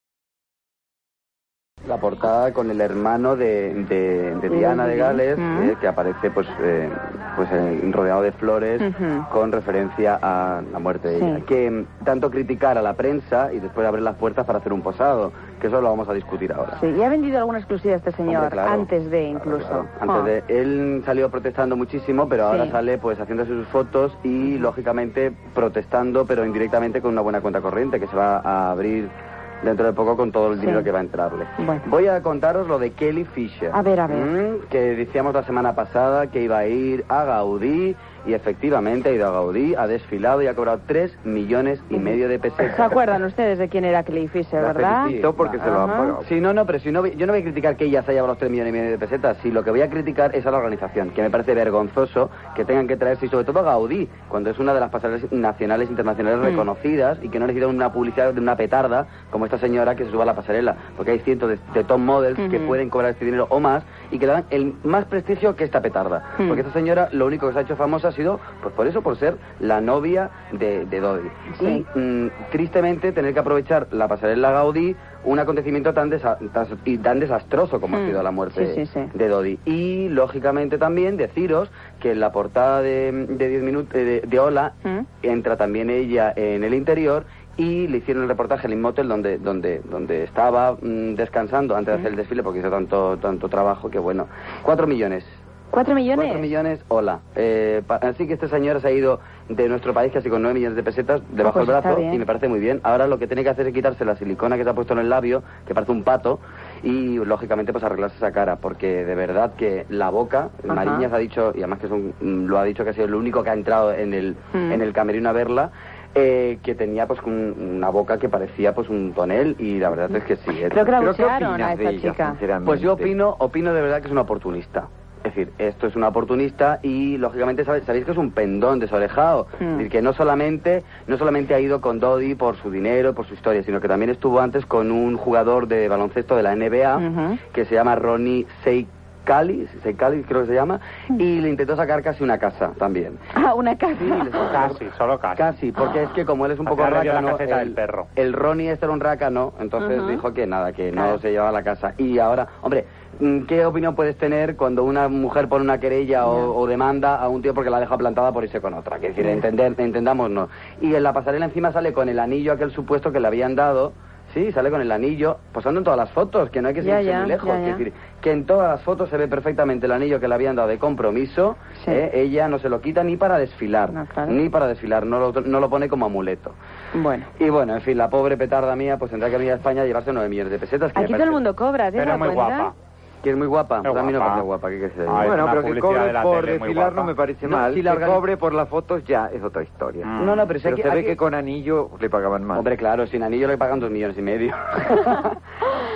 la portada con el hermano de, de- de Diana de Gales, Ujú. eh, que aparece pues eh, pues eh, rodeado de flores Ujú. con referencia a la muerte de Sí. ella. Que mm, tanto criticar a la prensa y después abrir las puertas para hacer un posado, que eso lo vamos a discutir ahora. Sí, y ha vendido alguna exclusiva este Hombre, señor, claro. antes de Claro, incluso. claro. Ah. Antes de, él salió protestando muchísimo, pero ahora Sí. sale pues haciéndose sus fotos y lógicamente protestando, pero indirectamente con una buena cuenta corriente que se va a abrir dentro de poco con todo Sí. el dinero que va a entrarle. Bueno. Voy a contaros lo de Kelly Fisher. A ver, a ver. Mm, que decíamos la semana pasada que iba a ir a Gaudí y efectivamente ha ido a Gaudí, ha desfilado y ha cobrado 3 millones y medio de pesetas. ¿Se acuerdan ustedes de quién era Clay Fisher, La verdad? felicito porque se lo han Ajá. pagado. Sí, no, no, pero si no, voy- yo no voy a criticar que ella se haya llevado los 3 millones y medio de pesetas. Si lo que voy a criticar es a la organización, que me parece vergonzoso que tengan que traerse, y sobre todo a Gaudí, cuando es una de las pasarelas nacionales e Mm. internacionales reconocidas y que no necesita una publicidad de una petarda como esta señora que se suba a la pasarela. Porque hay cientos de, de top models que pueden cobrar este dinero o más y que le dan el más prestigio que esta petarda. Hmm. Porque esta señora lo único que se ha hecho famosa ha sido, pues por eso, por ser la novia de, de Dodi. Sí. Y mm, tristemente tener que aprovechar la pasarela Gaudí un acontecimiento tan, desa- tas- y tan desastroso como Mm. ha sido la muerte Sí, sí, sí. de Dodi. Y lógicamente también deciros que en la portada de, de 10 minutos de, de Ola Mm. entra también ella en el interior y le hicieron el reportaje al motel donde donde donde estaba mm, descansando antes de hacer el desfile porque hizo tanto tanto trabajo que bueno cuatro millones ¿Cuatro millones? Cuatro millones, hola. Eh, pa- así que este señor se ha ido de nuestro país casi con nueve millones de pesetas debajo pues del está brazo bien. y me parece muy bien. Ahora lo que tiene que hacer es quitarse la silicona que se ha puesto en el labio, que parece un pato, y lógicamente pues arreglarse esa cara, porque de verdad que la boca, Ajá. Mariñas ha dicho, y además que es un- mm, lo ha dicho que ha sido el único que ha entrado en el, Mm. en el camerino a verla, eh, que tenía pues un- una boca que parecía pues un tonel y la verdad es que sí. es- Creo que la Pero, ¿qué buchearon opinas a de esta ella, chica. sinceramente? pues yo opino, opino de verdad que es una oportunista. Es decir, esto es una oportunista y lógicamente sabe- sabéis que es un pendón desorejado. Mm. Es decir, que no solamente, no solamente ha ido con Dodi por su dinero, por su historia, sino que también estuvo antes con un jugador de baloncesto de la NBA Ujú. que se llama Ronnie Seikali, Seikali creo que se llama, y le intentó sacar casi una casa también. Ah, una casa. Sí, le sacó- Casi, solo casi. Casi, porque es que como él es un Al poco final le dio la rácano, caseta el, del perro. el Ronnie este era un rácano, entonces dijo que nada, que no se llevaba a la casa. Y ahora, hombre, mm, ¿qué opinión puedes tener cuando una mujer pone una querella o, o demanda a un tío porque la deja plantada por irse con otra? Que decir, entender, entendámonos. Y en la pasarela encima sale con el anillo aquel supuesto que le habían dado. Sí, sale con el anillo, posando en todas las fotos, que no hay que Ya, irse ya, muy lejos. ya, que ya. es decir, que en todas las fotos se ve perfectamente el anillo que le habían dado de compromiso. Sí. ¿eh? Ella no se lo quita ni para desfilar, No, claro. ni para desfilar, no lo, no lo pone como amuleto. Bueno. Y bueno, en fin, la pobre petarda mía pues tendrá que venir a España a llevarse 9 millones de pesetas. Que me Aquí todo parece- el mundo cobra, ¿te has Pero dado muy cuenta? guapa. Que es muy guapa. Muy a mí no me guapa. parece guapa, ¿qué que se diga? Ay, bueno, una pero que publicidad cobre de la por tele muy desfilar guapa. no me parece No, mal. si la que organiz- cobre por las fotos ya es otra historia. Mm. No, no, pero, si Pero aquí- se ve aquí- que con anillo le pagaban más. Hombre, claro, sin anillo le pagan dos millones [LAUGHS] y medio.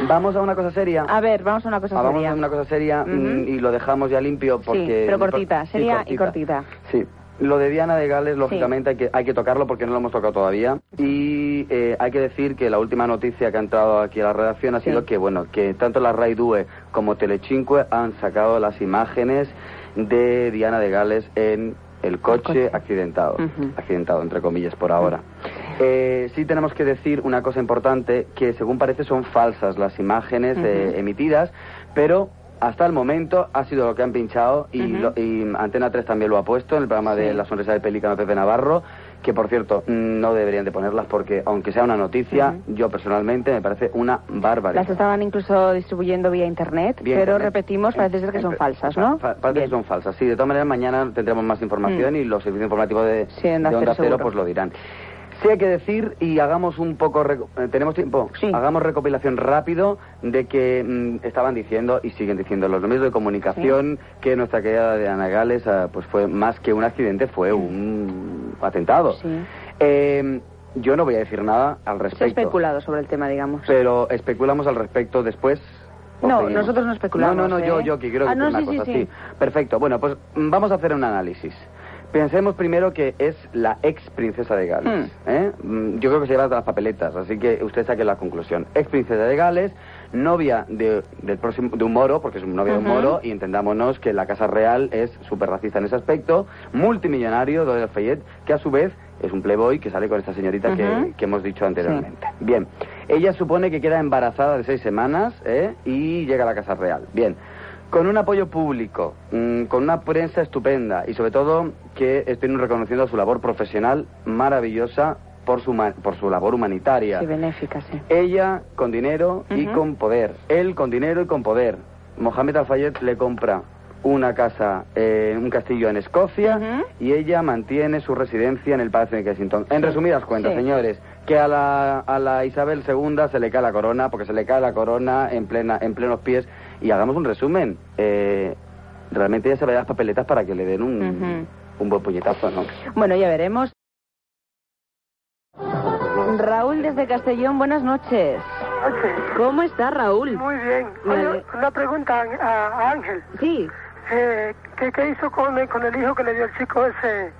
Vamos a una cosa seria. A ver, vamos a una cosa Ah, vamos seria. a una cosa seria mm, pues Ujú. y lo dejamos ya limpio porque... pero cortita, seria y cortita. Sí. Lo de Diana de Gales, lógicamente, hay, que, hay que tocarlo porque no lo hemos tocado todavía. Y eh, hay que decir que la última noticia que ha entrado aquí a la redacción ha sido Sí. que, bueno, que tanto la Rai Due como Telecinque han sacado las imágenes de Diana de Gales en el coche, coche. accidentado. Ujú. Accidentado, entre comillas, por ahora. Eh, sí tenemos que decir una cosa importante, que según parece son falsas las imágenes eh, emitidas, pero hasta el momento ha sido lo que han pinchado y, lo- y Antena 3 también lo ha puesto en el programa de La Sonrisa del Pelícano Pepe Navarro, que por cierto mm, no deberían de ponerlas porque aunque sea una noticia, yo personalmente me parece una barbaridad. Las estaban incluso distribuyendo vía internet, Bien, pero bien. repetimos, parece ser que son Ente- falsas, ¿no? Eh, Mm. fa- parece que son falsas. Sí, de todas maneras, mañana tendremos más información y los servicios informativos de, Sí, en Onda de Cero Onda Cero seguro. pues lo dirán. Sí hay que decir y hagamos un poco... reco- eh, ¿Tenemos tiempo? Sí. Hagamos recopilación rápido de que mm, estaban diciendo y siguen diciendo los medios de comunicación que nuestra querida de Anagales pues fue más que un accidente, fue un atentado. Sí. Eh, yo no voy a decir nada al Se ha respecto. especulado sobre el tema, digamos. Pero especulamos al respecto después. ¿O No, seguimos? nosotros no especulamos, No, no, no, yo, ¿eh? yo que quiero Ah, decir no, una sí, sí, cosa sí. así. Perfecto. Bueno, pues mm, vamos a hacer un análisis. Pensemos primero que es la ex princesa de Gales. ¿eh? Mm, Yo creo que se lleva las papeletas, así que usted saque la conclusión. Ex princesa de Gales, novia de, del próximo, de un moro, porque es novia de un moro, y entendámonos que la Casa Real es súper racista en ese aspecto, multimillonario, Dodi Lafayette, que a su vez es un playboy que sale con esta señorita Ajá. que, que hemos dicho anteriormente. Bien, ella supone que queda embarazada de seis semanas ¿eh? y llega a la Casa Real. Bien, con un apoyo público, mm, con una prensa estupenda y sobre todo que estén reconociendo su labor profesional maravillosa por su, ma- por su labor humanitaria. Sí, benéfica, sí. Ella con dinero y Ujú. con poder. Él con dinero y con poder. Mohamed Al-Fayed le compra una casa, eh, un castillo en Escocia Ujú. y ella mantiene su residencia en el Palacio de Kensington. En resumidas cuentas, sí. señores, que a la, a la Isabel II se le cae la corona porque se le cae la corona en, plena, en plenos pies. Y hagamos un resumen. eh, realmente ella se ve las papeletas para que le den un, Ujú. un buen puñetazo, ¿no? Bueno, ya veremos. Raúl desde Castellón, buenas noches. Ah, ¿Cómo está Raúl? Muy bien. Vale. Oye, una pregunta a, a Ángel. Sí, Eh, ¿qué, qué hizo con el, con el hijo que le dio el chico ese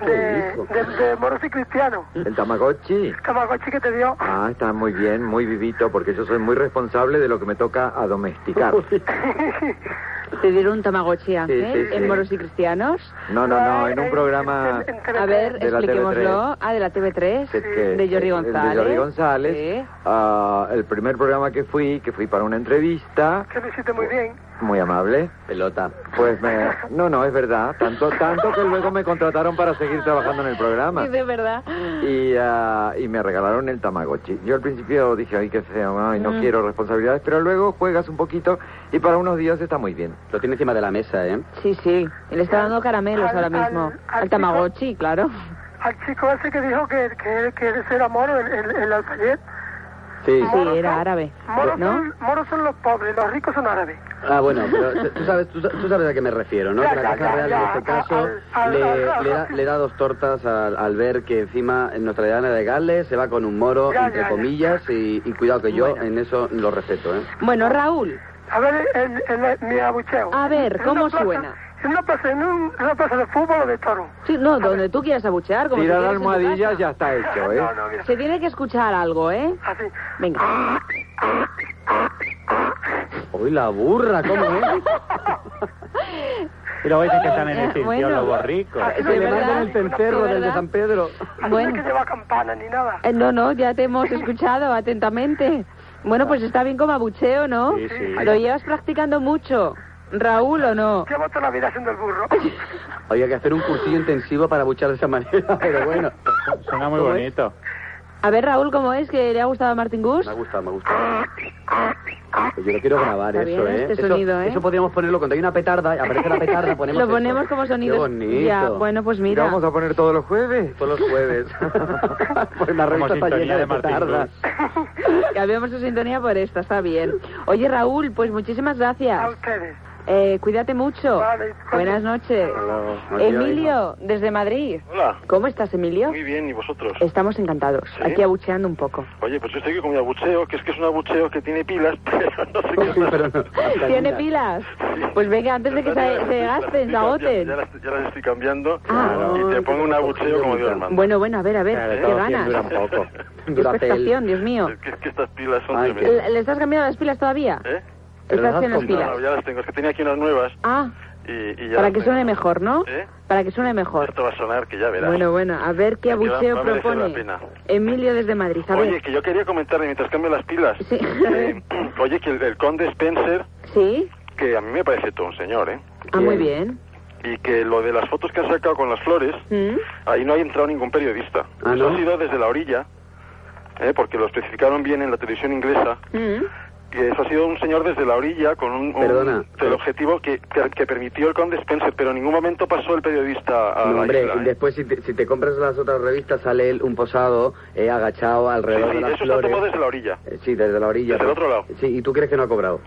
¿Qué de, hijo? de, de Morosi Cristiano? ¿El Tamagotchi? Tamagotchi que te dio. Ah, está muy bien, muy vivito, porque yo soy muy responsable de lo que me toca a domesticar. te dieron un Tamagotchi Sí, Ángel sí, sí. en Moros y Cristianos. No, no, no, en Eh, un programa... en- en A Telefe- ver, De la expliquémoslo. TV3. Ah, de la TV3, que- que- de Jordi el- González. De Jordi González. Sí. Ah, el primer programa que fui, que fui para una entrevista, Que lo hiciste muy bien. muy amable. Pelota. Pues me- no, no, es verdad. Tanto, tanto que luego me contrataron para seguir trabajando en el programa. Sí, de verdad. Y, ah, y me regalaron el Tamagotchi. Yo al principio dije, ay, qué feo, ay, no quiero responsabilidades, pero luego juegas un poquito y para unos días está muy bien. Lo tiene encima de la mesa, ¿eh? Sí, sí. Le está dando caramelos Al- ahora al- mismo. al Al chico- Tamagotchi, claro. Al chico ese que dijo que, que, que él era moro, el, el, el alfayet. Sí, Sí, era árabe. Moros, ¿No? son, moros son los pobres, los ricos son árabes. Ah, bueno, pero t- tú sabes, tú, sa- tú sabes a qué me refiero, ¿no? Ya, Que la ya, Casa ya, Real ya. en este caso Al- al- le, al- le da, le da dos tortas al, al ver que encima en nuestra edad de Gales se va con un moro, Ya, entre ya, ya. comillas, y, y cuidado que yo en eso lo respeto, ¿eh? Bueno, Raúl, A ver, el, el, el- mi abucheo. A ver, En ¿cómo una plaza- suena? En una plaza, en, un- en una plaza de fútbol o de toro. sí, no, donde tú quieras abuchear, como Tirar tú quieras en tu almohadillas casa. ya está hecho, ¿eh? No, no, mira, Se tiene que escuchar algo, ¿eh? así. Venga. ¡Uy, la burra! ¿Cómo eh? [LAUGHS] es? Y luego dicen que están en Eh, el bueno. sitio los ricos. Ah, Que ¿De le verdad? mandan el cencerro ¿De desde verdad? San Pedro. Así no Bueno. hay que lleva campana ni nada. Eh, no, no, ya te hemos escuchado atentamente. Bueno, pues está bien como abucheo, ¿no? Sí, sí. Lo llevas practicando mucho, Raúl, ¿o no? Llevo toda la vida haciendo el [LAUGHS] burro. Oye, hay que hacer un cursillo intensivo para buchar de esa manera, [LAUGHS] pero bueno. Suena muy ¿Cómo es? bonito. A ver, Raúl, ¿cómo es? ¿Que le ha gustado a Martín Gus? Me gusta, me gusta. Pues yo lo quiero grabar Está bien eso, ¿eh? este Eso- sonido, ¿eh? Eso podríamos ponerlo cuando hay una petarda, aparece la [LAUGHS] petarda, ponemos Lo eso. ponemos como sonido. Qué bonito. Ya, bueno, pues ¿Y lo mira. vamos a poner todos los jueves? Todos los jueves. [LAUGHS] pues la Como revista está sintonía llena de de Martín petardas. [LAUGHS] Cambiamos su sintonía por esta, está bien. Oye, Raúl, pues muchísimas A gracias. ustedes. Eh, cuídate mucho. Vale. Buenas noches. Hola. Emilio, desde Madrid. Hola, ¿Cómo estás, Emilio? muy bien, ¿y vosotros? Estamos encantados, ¿Sí? aquí abucheando un poco. Oye, pues yo estoy aquí con mi abucheo, que es que es un abucheo que tiene pilas, [LAUGHS] pero no sé qué Pero no, hasta ¿Tiene ¿eh? mira. pilas? Sí. Pues venga, antes de que Ya se, las- se las gasten, se estoy cambiando, Ya agoten. las, ya las estoy cambiando Ah, y te no, pongo que un te abucheo cogido como mi Dios tal. manda. Bueno, bueno, a ver, a Claro, ver, qué todo bien, ganas. dura un poco. Qué [LAUGHS] Dura pel. expectación, Dios mío. Es que, es que estas pilas son Ay, tremendas. ¿Le le estás cambiando las pilas todavía? ¿Eh? Pero Estás las has en las No, pilas. no, ya las tengo, es que tenía aquí unas nuevas Ah, y, y ya para las que tengo. suene mejor, ¿no? ¿Eh? Para que suene mejor. Esto va a sonar, que ya verás. Bueno, bueno, a ver qué Porque va- va abucheo a merecer propone. la pena. Emilio desde Madrid, a Oye, ver. que yo quería comentarle mientras cambio las pilas. Sí. Eh, [CLEARS THROAT] oye, que el, el conde Spencer, ¿Sí? que a mí me parece todo un señor, ¿eh? Ah, muy bien. Y que lo de las fotos que han sacado con las flores, ¿Mm? Ahí no ha entrado ningún periodista. Ah, Eso ¿no? ha sido desde la orilla, eh, porque lo especificaron bien en la televisión inglesa. ¿Mm? Y eso ha sido un señor desde la orilla con un, un- Perdona. el objetivo que, que, que permitió el conde Spencer, pero en ningún momento pasó el periodista a No, la hombre, isla, y eh. después si te, si te compras las otras revistas sale él un posado eh, agachado Sí, alrededor de sí, eso las está flores. todo desde la orilla. Eh, Sí, desde la orilla. Desde el otro lado. Sí, ¿y tú crees que no ha cobrado?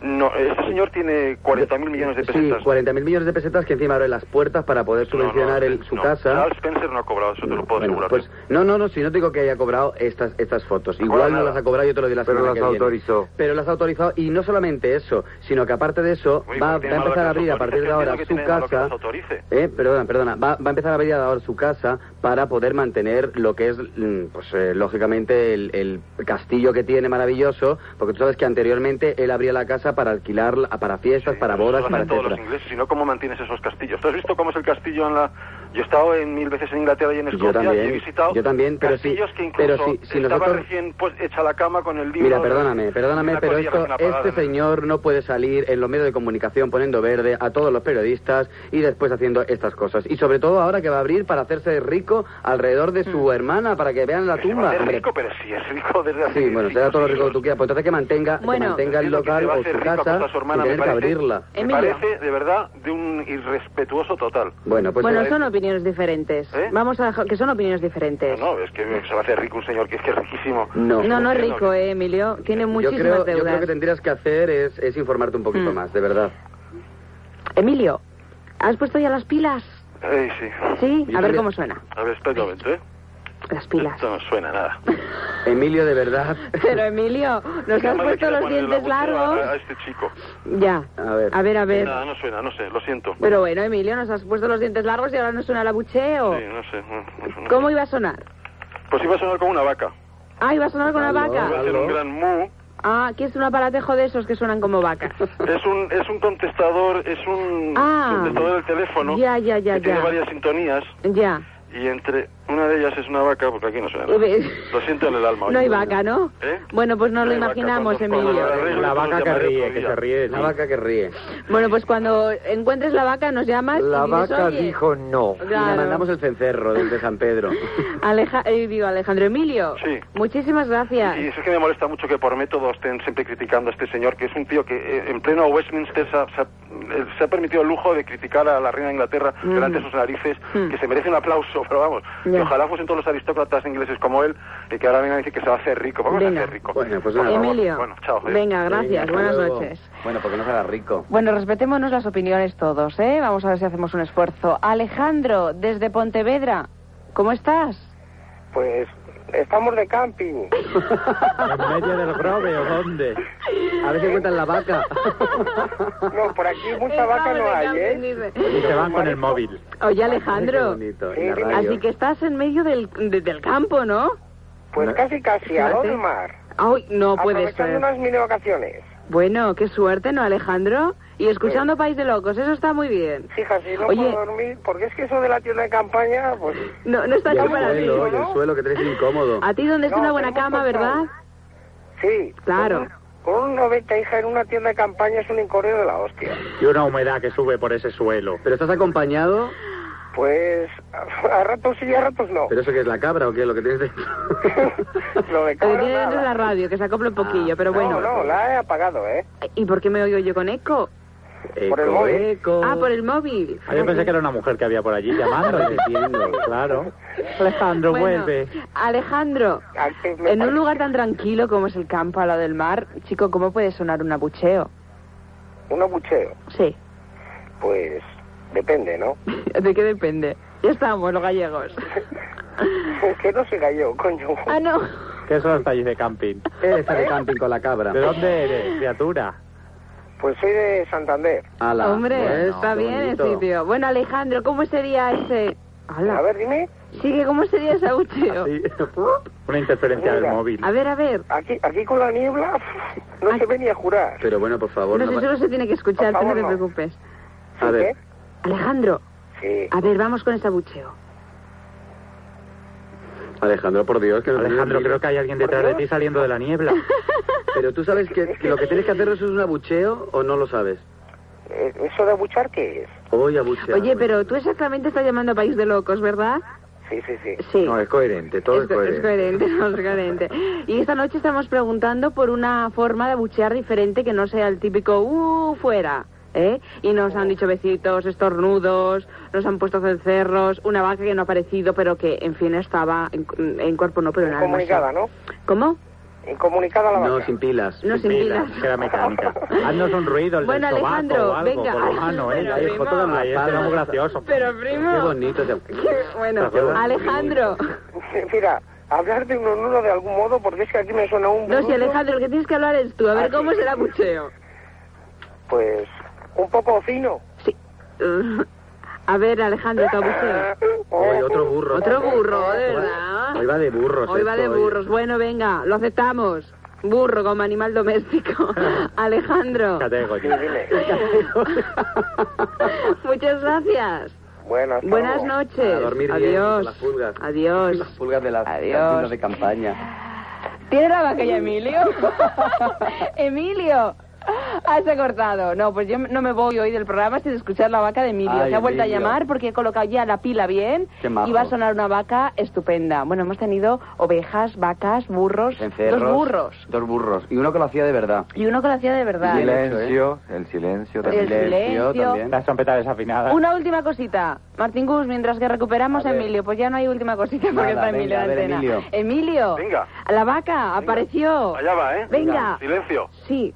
No, este señor tiene 40.000 millones de pesetas. Sí, 40.000 millones de pesetas que encima abren las puertas para poder No, no, subvencionar el- su no. casa. Charles Spencer no ha cobrado, eso te lo puedo Bueno, asegurar. pues, no, no, no, si no te digo que haya cobrado estas estas fotos. Cobra Igual no nada. las ha cobrado, yo te lo di la Pero semana las que viene. autorizó. Pero las ha autorizado y no solamente eso, sino que aparte de eso, Uy, va, pero tiene va a malo empezar que a las abrir a partir de autorice, ahora que su tiene malo que casa. las autorice. Eh, perdona, perdona. Va, va a empezar a abrir ahora su casa para poder mantener lo que es, mm, pues eh, lógicamente, el, el castillo que tiene maravilloso, porque tú sabes que anteriormente él abría la casa para alquilar, para fiestas, Sí, para pero bodas, eso lo para hacen todos los etcétera. ingleses, si no, ¿cómo mantienes esos castillos? ¿Tú has visto cómo es el castillo en la, Yo he estado en mil veces en Inglaterra y en Yo Escocia también, y he visitado yo también, pero sí, castillos que incluso pero sí, si estaba nosotros- recién pues, hecha la cama con el libro. Mira, de- perdóname, de perdóname, una pero colilla esto, recién este apagada, ¿no? señor no puede salir en los medios de comunicación poniendo verde a todos los periodistas y después haciendo estas cosas. Y sobre todo ahora que va a abrir para hacerse rico alrededor de su hermana, para que vean la Mm. Se va a tumba. hacer Hombre, rico, pero sí es rico desde hace Ah, Sí, bueno, será todo lo rico que tú quieras. Pues entonces que mantenga, que Bueno. mantenga el Es lo que se local va a o hacer su rico a costa casa de su y hermana, tener me que parece. abrirla. Me Emilio. parece, de verdad, de un irrespetuoso total. Bueno, pues bueno, eh, son opiniones diferentes. ¿Eh? Vamos a dejar que son opiniones diferentes. Pues No, es que se va a hacer rico un señor que es que es riquísimo. No. No, no es Entiendo. rico, eh, Emilio. Tiene yo muchísimas creo, yo deudas. creo que tendrías que hacer es, es informarte un poquito Mm. más, de verdad. Emilio, ¿has puesto ya las pilas? Ey, sí. Sí, Yo a ver también. cómo suena. A ver, espera un momento, ¿eh? Las [LAUGHS] pilas. Esto no suena a nada. Emilio, de verdad. [LAUGHS] Pero Emilio, nos has Además, le puesto quiero los poner la dientes botella a- A, largos. este chico. Ya. A ver. A ver, a ver. Nada, no suena, no sé, lo siento. Pero bueno, Emilio, nos has puesto los dientes largos y ahora no suena el abucheo. Sí, no sé. no- no suena. ¿Cómo iba a sonar? Pues iba a sonar como una vaca. Ah, iba a sonar con una Aló, Iba a vaca. ser Aló. un gran mu. Ah, que es un aparatejo de esos que suenan como [LAUGHS] vacas. Es un, es un contestador, es un Ah. contestador del teléfono. Ya, ya, ya, que Tiene ya. varias sintonías Ya. y entre una de ellas es una vaca, porque aquí no suena. Eh, nada. [LAUGHS] Lo siento en el alma. No oye. hay vaca, ¿no? ¿Eh? Bueno, pues no, No lo hay vaca, imaginamos, cuando- cuando Emilio. la [LAUGHS] arreglen, La pues vaca los que llamaré ríe, otro que día. se ríe de [LAUGHS] ti. La vaca que ríe. Bueno, pues cuando encuentres la vaca nos llamas. La y dices, vaca "Oye". dijo no. Claro. Le mandamos el cencerro desde San [LAUGHS] Pedro. Aleja- eh, digo, Alejandro Emilio. Sí. Muchísimas gracias. Y eso es que me molesta mucho que por método estén siempre criticando a este señor, que es un tío que eh, en pleno Westminster se ha, se ha- eh, se ha permitido el lujo de criticar a la reina de Inglaterra delante de sus narices, Mm. que se merece un aplauso, pero vamos, Ya. que ojalá fuesen todos los aristócratas ingleses como él, y que ahora vengan a decir que se va a hacer rico. Vamos Venga. a hacer rico. Bueno, pues Por nada. favor. Emilio. Bueno, chao. adiós. Venga, Venga, gracias. hasta Buenas luego. noches. Bueno, porque no será rico. Bueno, respetémonos las opiniones todos, ¿eh? Vamos a ver si hacemos un esfuerzo. Alejandro, desde Pontevedra, ¿cómo estás? Pues estamos de camping. ¿En medio del grove o dónde? A ver si encuentran [LAUGHS] la vaca. No, por aquí mucha vaca no hay, ¿eh? Y se van con el móvil. Oye, Qué Alejandro. bonito, en la Sí, radio. Así que estás en medio del, de- del campo, ¿no? Pues casi casi, a Fíjate. lo mar. Ay, no puede Aprovechando ser. unas mini vacaciones. Bueno, qué suerte, ¿no, Alejandro? Y escuchando País de Locos, eso está muy bien. Fija, si no Oye. puedo dormir, porque es que eso de la tienda de campaña, pues... No, no está Y el tan para ti. suelo, ti, y el ¿no? suelo que tenés incómodo. A ti donde está No, una buena tenemos cama, ¿verdad? control. Sí. Claro. Con un, con un 90 hija en una tienda de campaña es un incorreo de la hostia. Y una humedad que sube por ese suelo. ¿Pero estás acompañado? Pues a, ratos sí y a ratos no. ¿Pero eso que es la cabra o qué? Lo que [LAUGHS] tienes dentro. Lo de Lo que cabra tiene dentro nada. es la radio, que se acopla un poquillo, pero bueno. No, no, la he apagado, ¿eh? ¿Y por qué me oigo yo con eco? Por el Eco, móvil. eco. Ah, por el móvil. Ah, yo pensé que era una mujer que había por allí llamando. Entiendo. claro. Alejandro, Bueno, vuelve. Alejandro, Ah, que me En parece- un lugar tan tranquilo como es el campo, a lado del mar, chico, ¿cómo puede sonar un abucheo? Un abucheo. [LAUGHS] Sí. Pues depende, ¿no? ¿De qué depende? Ya estamos, los [LAUGHS] gallegos. que no se cayó, coño. Ah, no. ¿Qué son los talleres de camping? Eres de camping con la cabra. ¿De dónde eres, criatura? Pues soy de Santander. Ala, Hombre, ¿ves? está Qué bien el bonito. sitio. Bueno, Alejandro, ¿cómo sería ese...? A Hola. ver, dime. Sigue, ¿cómo sería ese abucheo? Sí. Una interferencia del Mira. móvil. A ver, a ver. Aquí, aquí con la niebla no se venía a jurar. Pero bueno, por favor, no no sé, va- solo se tiene que escuchar, Por tú no favor, te no. preocupes. A ver, Alejandro, Sí. a ver, vamos con ese abucheo. Alejandro, por Dios, que no Alejandro, creo que hay alguien detrás de ti saliendo de la niebla. Pero tú sabes que, que lo que tienes que hacer es un abucheo o no lo sabes. Eh, ¿Eso de abuchar qué es? Hoy abucheo. Oye, pero tú exactamente estás llamando a País de Locos, ¿verdad? Sí, sí, sí. Sí. No, es coherente, todo es, co- coherente. es coherente, [LAUGHS] no, es coherente. Y esta noche estamos preguntando por una forma de abuchear diferente que no sea el típico ¡uh! fuera. ¿eh? Y nos han dicho besitos, estornudos, nos han puesto cencerros, una vaca que no ha aparecido, pero que en fin estaba en, en cuerpo no, pero en alma. Incomunicada, ¿no? sí. ¿Cómo? Incomunicada la vaca. No, sin pilas. No sin Mira, pilas. que era mecánica. Haznos un ruido, el Bueno, del sobaco Alejandro, o algo, venga. por lo mano, ¿eh? Pero Ahí, primo. foto de la- ahí será este muy gracioso. Pero Qué primo. [LAUGHS] bonito. ese- bueno, Qué bonito. Alejandro. [LAUGHS] Mira, hablar de un honuro de algún modo, porque es que aquí me suena un... No, si burullo, Alejandro, el que tienes que hablar es tú. A ver Ah, sí. cómo es el abucheo. Pues un poco fino. [LAUGHS] A ver, Alejandro, tu abucheo. Hoy otro burro. Otro burro, de verdad. Hoy va de burros. Hoy va de esto, oye. burros. Bueno, venga, lo aceptamos. Burro como animal [LAUGHS] doméstico. Alejandro, [LAUGHS] Fíjate, Goyo. Sí, dime. muchas gracias. Buenas. Buenas noches. A dormir bien, Adiós. las pulgas. Adiós. Las pulgas de las Adiós. cantinas de campaña. ¿Tiene la Mm. vaca ya [LAUGHS] Emilio? Emilio. Ah, se ha cortado. No, pues yo no me voy hoy del programa sin escuchar la vaca de Emilio. Ay, se ha vuelto Emilio. a llamar porque he colocado ya la pila bien Qué majo. y va a sonar una vaca estupenda. Bueno, hemos tenido ovejas, vacas, burros, Cencerros. dos burros Dos burros. Y uno que lo hacía de verdad. y uno que lo hacía de verdad. Bien hecho, Silencio, el silencio El también. silencio. también. Las trompetas desafinadas. Una última cosita. Martín Gus, mientras que recuperamos A a ver. Emilio, pues ya no hay última cosita porque está Nada, venga, Emilio en a ver, antena. Emilio. Emilio, Venga. la vaca apareció. Allá va, ¿eh? Venga. Silencio. Sí.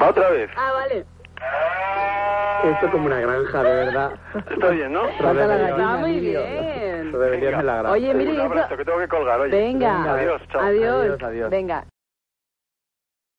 Va otra vez. Ah, vale. Esto es como una granja, de verdad. Está bien, ¿no? Pues Trata la gallina, Está muy Emilio. bien. Rebelión en la granja. Oye, mire, Un y eso- abrazo, que tengo que colgar, oye. Venga. Adiós, chao. Adiós. Adiós, adiós. Venga,